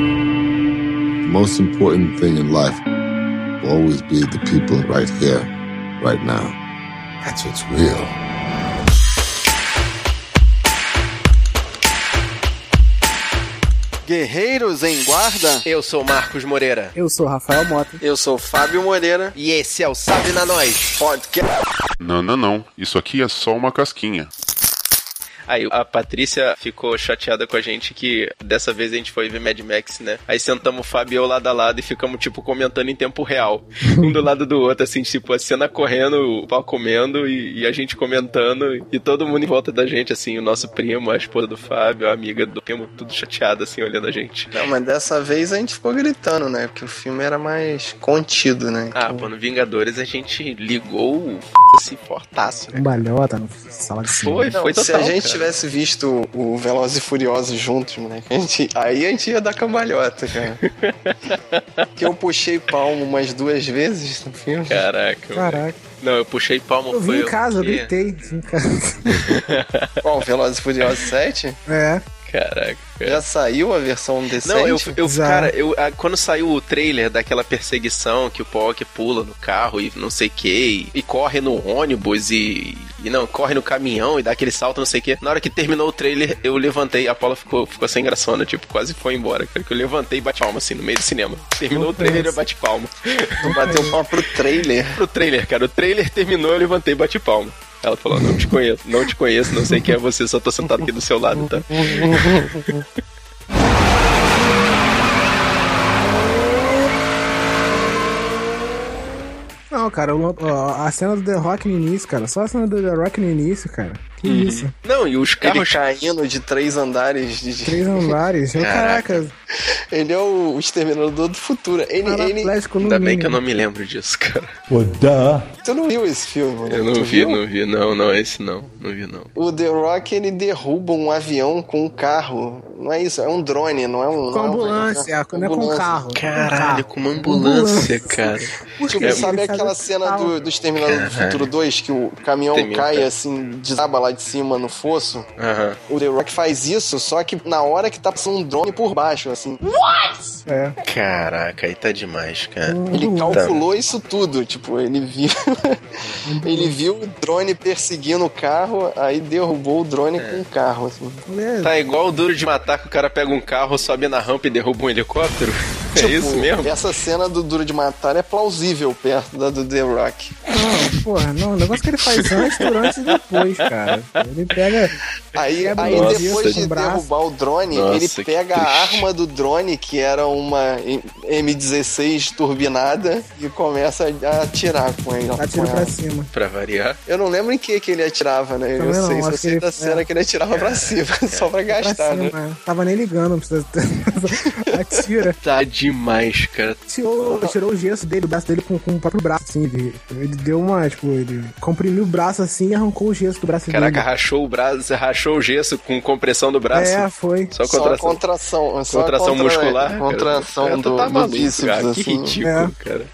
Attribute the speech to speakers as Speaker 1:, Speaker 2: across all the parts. Speaker 1: The most important thing in life will always be the people right here, right now. That's what's real.
Speaker 2: Guerreiros em Guarda,
Speaker 3: Eu sou Marcos Moreira
Speaker 4: Eu sou Rafael Mota.
Speaker 2: eu sou Fábio Moreira,
Speaker 3: e esse é o Sabe na Nós.
Speaker 2: podcast.
Speaker 5: Não, não, não. Isso aqui é só uma casquinha.
Speaker 6: Aí a Patrícia ficou chateada com a gente que dessa vez a gente foi ver Mad Max, né? Aí sentamos o Fábio e eu lado a lado e ficamos, tipo, comentando em tempo real. Um do lado do outro, assim, tipo, a cena correndo, o pau comendo e, e a gente comentando e todo mundo em volta da gente, assim, o nosso primo, a esposa do Fábio, a amiga do primo, tudo chateada, assim, olhando a gente.
Speaker 2: Não, mas dessa vez a gente ficou gritando, né? Porque o filme era mais contido, né?
Speaker 6: Ah,
Speaker 2: Então,
Speaker 6: pô, no Vingadores a gente ligou o
Speaker 3: assim,
Speaker 6: f***se fortaço, né?
Speaker 4: Cambalhota na Um sala de cinema.
Speaker 6: Foi, foi
Speaker 2: Então,
Speaker 6: total.
Speaker 2: se a gente
Speaker 6: cara.
Speaker 2: tivesse visto o Velozes e Furiosos juntos, moleque, a gente- aí a gente ia dar cambalhota, cara. que eu puxei palmo umas duas vezes no filme.
Speaker 6: Caraca. mano.
Speaker 4: Caraca,
Speaker 6: Não, eu puxei palmo.
Speaker 4: eu
Speaker 6: foi
Speaker 4: vim em casa, eu
Speaker 6: quê?
Speaker 4: gritei. Vim em casa.
Speaker 2: Qual, Velozes e Furiosos 7?
Speaker 4: É,
Speaker 6: Caraca, cara.
Speaker 2: Já saiu a versão decente?
Speaker 6: É. Não, eu, eu
Speaker 4: Já.
Speaker 6: cara, eu, a- quando saiu o trailer daquela perseguição que o Pock pula no carro e não sei o que, e corre no ônibus e, e não, corre no caminhão e dá aquele salto, não sei o que. Na hora que terminou o trailer, eu levantei, a Paula ficou, ficou sem graçona, tipo, quase foi embora. Cara, que eu levantei e bati palma, assim, no meio do cinema. Terminou
Speaker 4: Não
Speaker 6: o trailer,
Speaker 4: conheço.
Speaker 6: eu bati palma.
Speaker 2: Tu bateu palma pro trailer.
Speaker 6: Pro trailer, cara, o trailer terminou, eu levantei e bati palma. Ela falou, não te conheço, não te conheço, não sei quem é você, só tô sentado aqui do seu lado, tá?
Speaker 4: não, cara, o- ó, a cena do The Rock no início, cara. Só a cena do The Rock no início, cara. Que
Speaker 6: Uhum.
Speaker 4: isso?
Speaker 6: Não, e os
Speaker 2: Ele
Speaker 6: carros
Speaker 2: caindo de três andares. de-
Speaker 4: Três andares. Eu, caraca,
Speaker 2: Ele é o o exterminador do futuro. Ele,
Speaker 4: cara
Speaker 2: ele...
Speaker 4: Atlético no
Speaker 6: Ainda bem
Speaker 4: mínimo.
Speaker 6: que eu não me lembro disso, cara.
Speaker 2: Tu não viu esse filme? né?
Speaker 6: Eu não
Speaker 2: Tu
Speaker 6: vi,
Speaker 2: viu?
Speaker 6: não vi, não, não, esse não, não vi não.
Speaker 2: O The Rock, ele derruba um avião com um carro. Não é isso, é um drone, não é um...
Speaker 4: Com
Speaker 2: não é um-
Speaker 4: ambulância, não é com
Speaker 2: ambulância.
Speaker 4: carro.
Speaker 6: né? Caralho,
Speaker 4: com
Speaker 6: com uma ambulância,
Speaker 4: Ambulância.
Speaker 6: cara.
Speaker 4: carro. Por
Speaker 2: Tipo,
Speaker 4: quê?
Speaker 2: sabe
Speaker 4: Ele tá
Speaker 2: aquela
Speaker 4: o
Speaker 2: cena
Speaker 4: tal.
Speaker 2: do, do Exterminador do Futuro 2, que o caminhão
Speaker 6: Tem mesmo,
Speaker 2: cai,
Speaker 6: cara.
Speaker 2: assim, desaba lá de cima no fosso?
Speaker 6: Aham.
Speaker 2: O The Rock faz isso, só que na hora que tá passando um drone por baixo, assim.
Speaker 4: É.
Speaker 6: Caraca, aí tá demais, cara.
Speaker 2: Ele
Speaker 4: Ambulância.
Speaker 2: calculou isso tudo, tipo, ele viu. ele viu o drone perseguindo o carro, aí derrubou o drone com o carro. assim.
Speaker 4: É,
Speaker 6: Tá igual o duro de matar que o cara pega um carro, sobe na rampa e derruba um helicóptero? É
Speaker 2: Tipo,
Speaker 6: isso mesmo?
Speaker 2: Essa cena do Duro de Matar é plausível perto da do The Rock.
Speaker 4: Não, porra, não. O negócio que ele faz antes, durante e depois, cara. Ele pega.
Speaker 2: Aí,
Speaker 4: Quebra
Speaker 2: aí
Speaker 4: o braço,
Speaker 2: depois de
Speaker 4: um braço.
Speaker 2: derrubar o drone,
Speaker 6: Nossa,
Speaker 2: ele
Speaker 6: que
Speaker 2: pega a
Speaker 6: triste.
Speaker 2: arma do drone, que era uma M16 turbinada, e começa a atirar com ele.
Speaker 4: Atira
Speaker 2: com
Speaker 4: pra
Speaker 2: ela.
Speaker 4: cima.
Speaker 6: Pra variar.
Speaker 2: Eu não lembro em que que ele atirava, né? Eu
Speaker 4: Também não,
Speaker 2: sei, só
Speaker 4: acho
Speaker 2: sei
Speaker 4: que ele-
Speaker 2: da cena
Speaker 4: é.
Speaker 2: que ele atirava pra cima, só pra
Speaker 4: Pra
Speaker 2: gastar, né?
Speaker 4: cima. é. Tava nem ligando, não precisa. Atira.
Speaker 6: Tá demais, cara.
Speaker 4: Tirou, tirou o gesso dele, o braço dele com, com o próprio braço, assim. Ele, ele deu uma, tipo, ele comprimiu o braço assim e arrancou o gesso do braço
Speaker 6: Caraca,
Speaker 4: dele.
Speaker 6: rachou o braço, rachou o gesso com compressão do braço.
Speaker 4: É, foi.
Speaker 6: Só
Speaker 2: Só a
Speaker 6: contração.
Speaker 2: contração. Só a
Speaker 6: Contração
Speaker 2: contra-
Speaker 6: muscular?
Speaker 2: Contração
Speaker 6: cara,
Speaker 2: do,
Speaker 6: tá
Speaker 2: do
Speaker 6: maluco,
Speaker 2: bíceps,
Speaker 6: cara, Que
Speaker 2: assim.
Speaker 6: ridículo,
Speaker 4: É.
Speaker 6: cara.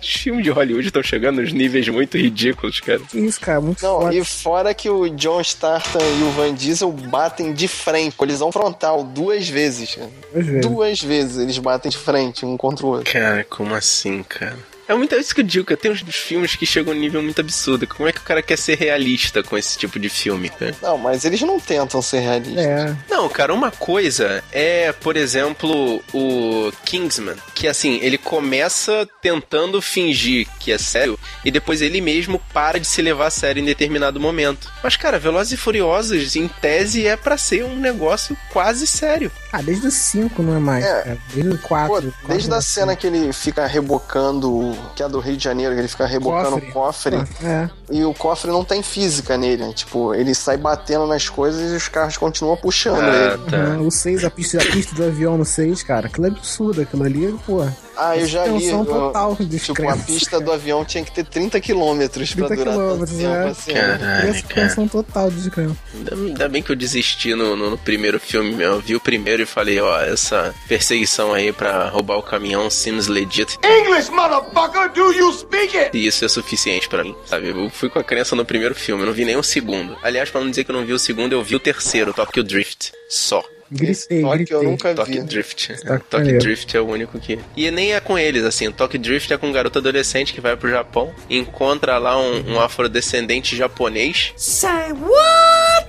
Speaker 6: Os filmes de Hollywood estão chegando nos níveis muito ridículos, cara.
Speaker 4: Que isso, cara, muito
Speaker 2: Não,
Speaker 4: foda.
Speaker 2: e fora que o John Starton e o Van Diesel batem de frente, colisão frontal, duas vezes. cara.
Speaker 4: Duas vezes.
Speaker 2: Duas vezes eles batem de frente um contra o outro.
Speaker 6: Cara, como assim, cara? É muito é isso que eu digo, cara. Tem uns filmes que chegam a um nível muito absurdo. Como é que o cara quer ser realista com esse tipo de filme, cara?
Speaker 2: Não, mas eles não tentam ser realistas.
Speaker 4: É.
Speaker 6: Não, cara, uma coisa é, por exemplo, o Kingsman, que assim, ele começa tentando fingir que é sério e depois ele mesmo para de se levar a sério em determinado momento. Mas, cara, Velozes e Furiosos, em tese, é pra ser um negócio quase sério.
Speaker 4: Ah, desde os 5 não é mais.
Speaker 2: É.
Speaker 4: cara. Desde os
Speaker 2: Pô,
Speaker 4: 4.
Speaker 2: desde a cena que ele fica rebocando, o- que é do Rio de Janeiro, que ele fica rebocando
Speaker 4: Cofre.
Speaker 2: o cofre,
Speaker 4: É.
Speaker 2: e o cofre não tem física nele. né? Tipo, ele sai batendo nas coisas e os carros continuam puxando
Speaker 6: É.
Speaker 2: ele.
Speaker 6: Tá.
Speaker 4: Uhum, O 6, a pista, a pista do avião no 6, cara. Aquilo é absurdo, aquilo ali, pô.
Speaker 2: Ah, eu já li.
Speaker 4: Extensão
Speaker 2: eu-
Speaker 4: é um total de
Speaker 2: tipo, a
Speaker 4: crença.
Speaker 2: pista do avião tinha que ter 30 quilômetros pra
Speaker 4: 30
Speaker 2: durar tanto
Speaker 4: quilômetros, é.
Speaker 2: tempo assim. né?
Speaker 6: Caralho,
Speaker 4: Essa
Speaker 6: cara.
Speaker 4: canção total de descrença.
Speaker 6: Ainda- Ainda bem que eu desisti no, no- no primeiro filme, meu. Eu vi o primeiro e falei, ó, essa perseguição aí pra roubar o caminhão seems legit. English, motherfucker, do you speak it? E isso é suficiente pra mim, sabe? Eu fui com a crença no primeiro filme, eu não vi nem o segundo. Aliás, pra não dizer que eu não vi o segundo, eu vi o terceiro, Tokyo Drift, só.
Speaker 4: Gritei,
Speaker 2: Olha que eu
Speaker 4: gritei.
Speaker 2: nunca
Speaker 6: Toque
Speaker 2: vi.
Speaker 6: Drift.
Speaker 4: Tá
Speaker 6: Toque
Speaker 4: maneiro.
Speaker 6: Drift é o único que. E nem é com eles, assim. Toque Drift é com um garoto adolescente que vai pro Japão, encontra lá um, um afrodescendente japonês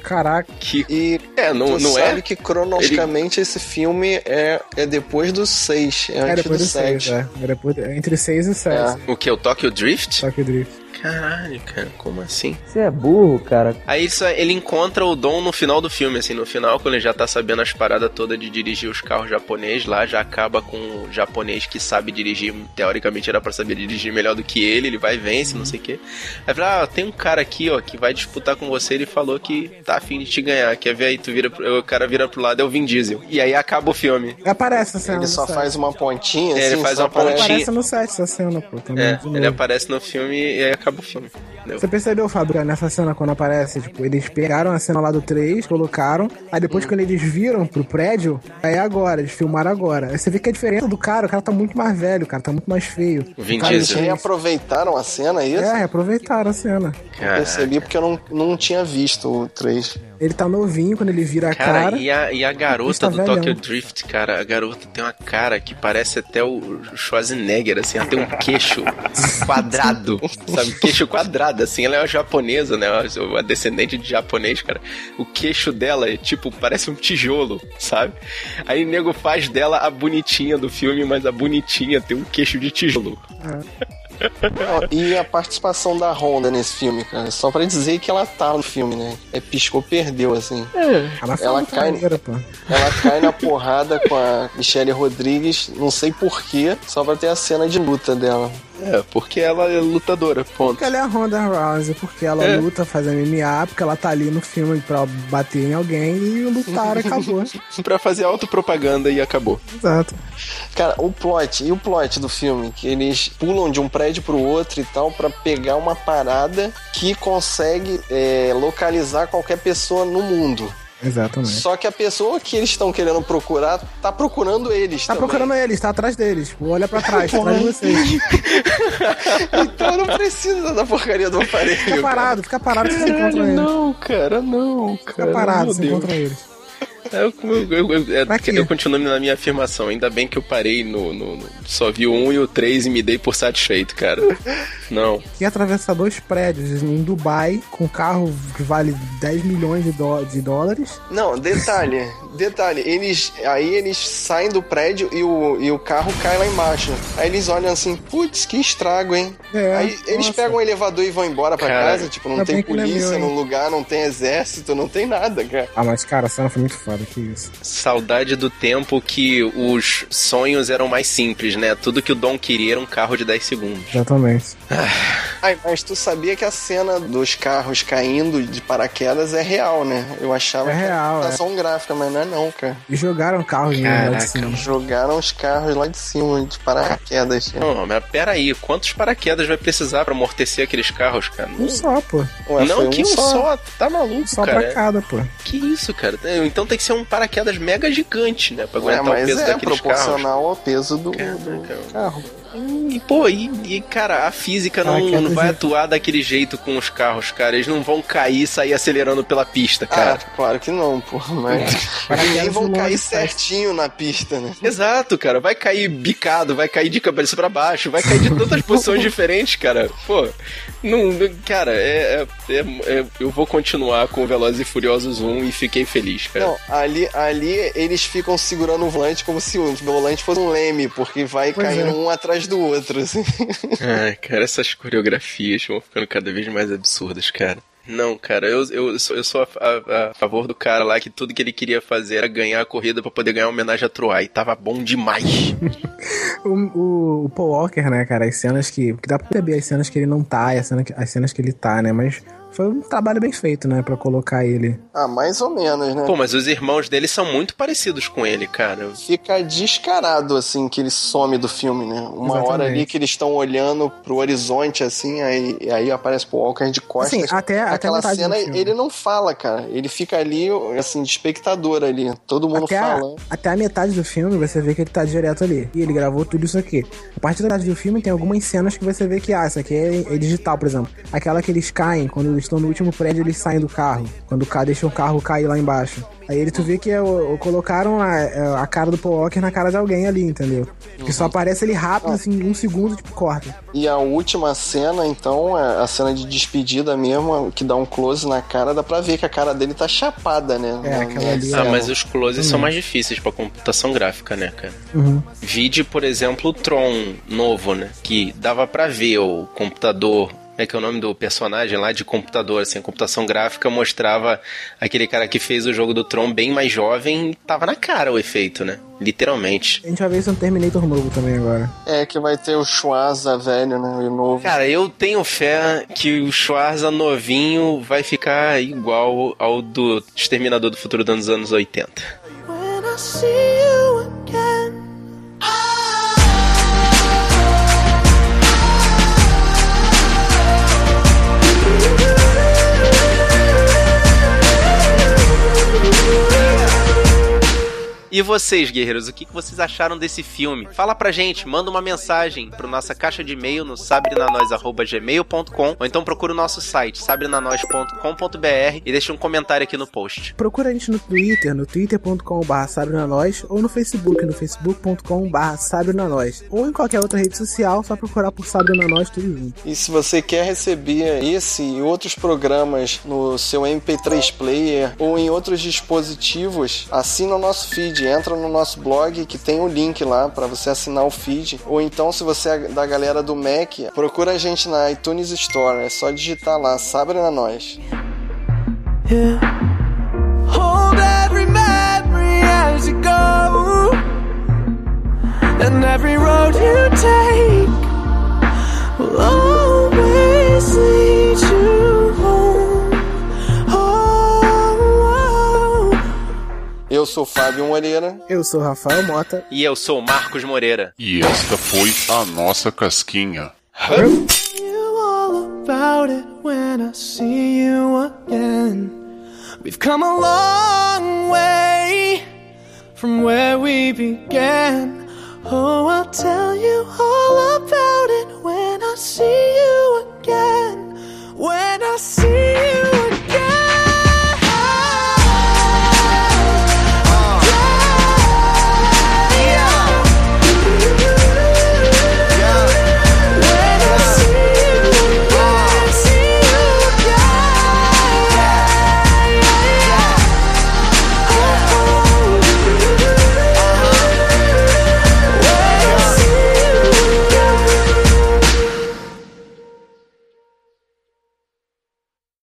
Speaker 4: Caraca,
Speaker 6: que.
Speaker 2: E
Speaker 6: É, não,
Speaker 2: tu
Speaker 6: não
Speaker 2: sabe
Speaker 6: é?
Speaker 2: que cronologicamente esse filme é, é depois do 6, é
Speaker 4: é
Speaker 2: antes
Speaker 4: depois
Speaker 2: do
Speaker 4: do 6,
Speaker 2: 7.
Speaker 4: é. É depois do- é entre 6 e 7.
Speaker 2: É.
Speaker 6: O que? O Tokyo Drift?
Speaker 4: Só que o Drift.
Speaker 6: Caralho, cara, como assim?
Speaker 7: Você é burro, cara.
Speaker 6: Aí isso- é, ele encontra o Dom no final do filme, assim, no final, quando ele já tá sabendo as paradas todas de dirigir os carros japonês lá, já acaba com o japonês que sabe dirigir, teoricamente era pra saber dirigir melhor do que ele, ele vai e vence, não sei o quê. Aí fala, ah, tem um cara aqui, ó, que vai disputar com você, ele falou que tá afim de te ganhar, quer ver aí, tu vira, pro- o cara vira pro lado, é o Vin Diesel. E aí acaba o filme.
Speaker 4: Aparece essa cena.
Speaker 2: Ele
Speaker 4: no
Speaker 2: só
Speaker 4: set.
Speaker 2: faz uma pontinha,
Speaker 6: É,
Speaker 2: assim,
Speaker 6: ele faz
Speaker 2: só
Speaker 6: uma
Speaker 2: aparece-
Speaker 6: pontinha.
Speaker 4: Aparece no 7 essa cena, pô. Também,
Speaker 6: É,
Speaker 4: de novo.
Speaker 6: ele aparece no filme e aí acaba o filme. entendeu?
Speaker 4: Você percebeu, Fábio, que nessa cena quando aparece, tipo, eles pegaram a cena lá do 3, colocaram, aí depois quando eles viram pro prédio, aí é agora, eles filmaram agora. Aí você vê que a diferença do cara, o cara tá muito mais velho, o cara tá muito mais feio.
Speaker 6: O Vin
Speaker 4: cara,
Speaker 2: Cara, eles
Speaker 6: Diesel.
Speaker 2: reaproveitaram a cena, é isso?
Speaker 4: É, aproveitaram a cena.
Speaker 2: Eu percebi porque eu não, não tinha visto o 3.
Speaker 4: Ele tá novinho quando ele vira a
Speaker 6: Cara,
Speaker 4: cara.
Speaker 6: e, a, e a
Speaker 4: Está
Speaker 6: garota do
Speaker 4: velhão.
Speaker 6: Tokyo Drift, cara, a garota tem uma cara que parece até o Schwarzenegger, assim, ela tem um queixo quadrado, sabe? Queixo quadrado, assim, ela é uma japonesa, né? Uma uma descendente de japonês, cara. O queixo dela é tipo, parece um tijolo, sabe? Aí o nego faz dela a bonitinha do filme, mas a bonitinha tem um queixo de tijolo.
Speaker 2: E a participação da Honda nesse filme, cara. Só pra dizer que ela tá no filme, né? É piscou, perdeu, assim.
Speaker 4: Ela, foi
Speaker 2: ela
Speaker 4: muito
Speaker 2: cai-
Speaker 4: maneira, pô.
Speaker 2: Ela cai na porrada com a Michelle Rodrigues, não sei porquê, só pra ter a cena de luta dela.
Speaker 6: É, porque ela é lutadora, ponto.
Speaker 4: Porque ela é a Ronda Rousey, porque ela
Speaker 6: É.
Speaker 4: luta, faz MMA, porque ela tá ali no filme pra bater em alguém e lutaram, acabou.
Speaker 6: Pra fazer autopropaganda e acabou.
Speaker 4: Exato.
Speaker 2: Cara, o plot, e o plot do filme? Que eles pulam de um prédio pro outro e tal pra pegar uma parada que consegue é, localizar qualquer pessoa no mundo.
Speaker 4: Exatamente.
Speaker 2: Só que a pessoa que eles estão querendo procurar tá procurando eles.
Speaker 4: Tá
Speaker 2: também.
Speaker 4: procurando eles, tá atrás deles. Pô, Olha pra trás, tá atrás de vocês.
Speaker 2: Então não precisa da porcaria do
Speaker 4: Fica
Speaker 2: aparelho. cara.
Speaker 4: Tá parado, fica parado que vocês encontram eles.
Speaker 6: Não, cara, não, cara.
Speaker 4: Fica parado,
Speaker 6: meu
Speaker 4: você
Speaker 6: Deus.
Speaker 4: encontra eles.
Speaker 6: Eu, eu, eu, eu- é,
Speaker 4: Pra quê?
Speaker 6: eu continuo na minha afirmação. Ainda bem que eu parei no. no- no- só vi o 1 e o 3 e me dei por satisfeito, cara. Não.
Speaker 4: E atravessar dois prédios em Dubai com um carro que vale 10 milhões de, dó- de dólares.
Speaker 2: Não, detalhe, detalhe. Eles, aí eles saem do prédio e o, e o carro cai lá embaixo. Aí eles olham assim, putz, que estrago, hein?
Speaker 4: É,
Speaker 2: aí eles
Speaker 4: nossa.
Speaker 2: pegam o elevador e vão embora pra
Speaker 6: Cara,
Speaker 2: casa. Tipo, não
Speaker 4: ainda
Speaker 2: tem
Speaker 4: bem que não é
Speaker 2: polícia
Speaker 4: meu, hein?
Speaker 2: no lugar, não tem exército, não tem nada, cara.
Speaker 4: Ah, mas cara, a cena foi muito foda, que isso.
Speaker 6: Saudade do tempo que os sonhos eram mais simples, né? Tudo que o Dom queria era um carro de 10 segundos.
Speaker 4: Exatamente.
Speaker 2: Ai, mas tu sabia que a cena dos carros caindo de paraquedas é real, né? Eu achava
Speaker 4: É real,
Speaker 2: que
Speaker 4: é.
Speaker 2: era só um gráfico, mas não é não, cara.
Speaker 4: E jogaram carros em um assim. lá de
Speaker 6: Caraca,
Speaker 4: cima.
Speaker 2: Jogaram os carros lá de cima, de paraquedas. cara.
Speaker 6: Não, mas peraí, quantos paraquedas vai precisar pra amortecer aqueles carros, cara?
Speaker 4: Um só, pô.
Speaker 2: Ué, foi
Speaker 6: não, que um só. Tá maluco,
Speaker 4: Um só
Speaker 6: cara.
Speaker 4: pra cada, pô.
Speaker 6: Que isso, cara? Então tem que ser um paraquedas mega gigante, né? Pra
Speaker 2: É,
Speaker 6: aguentar o
Speaker 2: mas
Speaker 6: peso
Speaker 2: é
Speaker 6: daqueles carros. Né,
Speaker 2: proporcional ao peso do,
Speaker 6: Caraca.
Speaker 2: do carro.
Speaker 6: Hum, E, pô, e, e, cara, a física não,
Speaker 4: Paraquedas
Speaker 6: não vai
Speaker 4: é-
Speaker 6: atuar daquele jeito com os carros, cara. Eles não vão cair e sair acelerando pela pista,
Speaker 2: Ah,
Speaker 6: cara.
Speaker 2: claro que não, pô. Mas
Speaker 4: Paraquedas
Speaker 2: ninguém vão
Speaker 4: de longe
Speaker 2: cair
Speaker 4: faz.
Speaker 2: certinho na pista, né?
Speaker 6: Exato, cara. Vai cair bicado, vai cair de cabeça pra baixo, vai cair de tantas posições diferentes, cara. Pô, não, não- cara, é, é- é- é- eu vou continuar com o Velozes e Furiosos 1 e fiquei feliz,
Speaker 4: É.
Speaker 6: cara.
Speaker 2: Não, ali, ali eles ficam segurando o volante como se o volante fosse um leme, porque vai
Speaker 4: Pois
Speaker 2: caindo
Speaker 4: é.
Speaker 2: um atrás do outro, assim.
Speaker 6: Ai, cara, essas coreografias vão ficando cada vez mais absurdas, cara. Não, cara, eu, eu, sou- eu sou a, a- a favor do cara lá que tudo que ele queria fazer era ganhar a corrida pra poder ganhar uma homenagem a Troy. Tava bom demais.
Speaker 4: O, o, o Paul Walker, né, cara, as cenas que. Porque dá pra perceber as cenas que ele não tá e as cenas que, as cenas que ele tá, né? Mas foi um trabalho bem feito, né? Pra colocar ele.
Speaker 2: Ah, mais ou menos, né?
Speaker 6: Pô, mas os irmãos dele são muito parecidos com ele, cara.
Speaker 2: Fica descarado, assim, que ele some do filme, né? Uma hora
Speaker 4: Exatamente.
Speaker 2: ali que eles estão olhando pro horizonte, assim, aí, aí aparece o Walker de costas.
Speaker 4: Assim, até, até a
Speaker 2: Aquela
Speaker 4: metade do
Speaker 2: cena,
Speaker 4: filme.
Speaker 2: ele não fala, cara. Ele fica ali, assim, de espectador ali. Todo mundo
Speaker 4: Até a,
Speaker 2: fala.
Speaker 4: até a metade do filme você vê que ele tá direto ali. E ele gravou tudo isso aqui. A partir da metade do filme tem algumas cenas que você vê que, ah, isso aqui é, é digital, por exemplo. Aquela que eles caem quando eles estão no último prédio, eles saem do carro. Quando o cara deixa o carro cair lá embaixo. Aí ele, tu vê que é o- o- colocaram a, a cara do Paul Walker na cara de alguém ali, entendeu? Que
Speaker 2: Uhum.
Speaker 4: só aparece ele
Speaker 2: Ah.
Speaker 4: rápido, assim, um segundo, tipo, corta.
Speaker 2: E a última cena, então, é a cena de despedida mesmo, que dá um close na cara, dá pra ver que a cara dele tá chapada, né?
Speaker 4: É,
Speaker 2: Na-
Speaker 4: aquela
Speaker 2: na
Speaker 4: ali,
Speaker 2: cena.
Speaker 6: Ah, mas os closes são mais difíceis pra computação gráfica, né, cara?
Speaker 4: Uhum.
Speaker 6: Vide, por exemplo, o Tron novo, né? Que dava pra ver o computador. Como é que é o nome do personagem lá de computador? Assim, computação gráfica mostrava aquele cara que fez o jogo do Tron bem mais jovem. Tava na cara o efeito, né? Literalmente.
Speaker 4: A gente vai ver isso no Terminator novo também agora.
Speaker 2: É, que vai ter o Schwaza velho, né? O novo.
Speaker 6: Cara, eu tenho fé que o Schwarza novinho vai ficar igual ao do Exterminador do Futuro dos anos 80.
Speaker 7: When I see you again.
Speaker 6: E vocês, guerreiros, o que que vocês acharam desse filme? Fala pra gente, manda uma mensagem pra nossa caixa de e-mail no sabrenanois.gmail.com ou então procura o nosso site, sabrenanois.com.br e deixa um comentário aqui no post.
Speaker 4: Procura a gente no Twitter, no twitter.com.br sabrenanois, é ou no Facebook, no facebook.com.br sabrenanois, é ou em qualquer outra rede social, só procurar por sabrenanois é tudo junto.
Speaker 2: E se você quer receber esse e outros programas no seu MP3 player ou em outros dispositivos, assina o nosso feed, entra no nosso blog que tem o link lá para você assinar o feed. Ou então, se você é da galera do Mac, procura a gente na iTunes Store, é só digitar lá, Sabre na Nós.
Speaker 7: Hold every memory as you go. And every road you take will always lead you home. Oh, oh.
Speaker 2: Eu sou Fábio Moreira.
Speaker 4: Eu sou o Rafael Mota.
Speaker 6: E eu sou o Marcos Moreira.
Speaker 5: E esta foi a nossa casquinha.
Speaker 7: you all about it when I see you again. We've come a long way from where we began. Oh, I'll tell you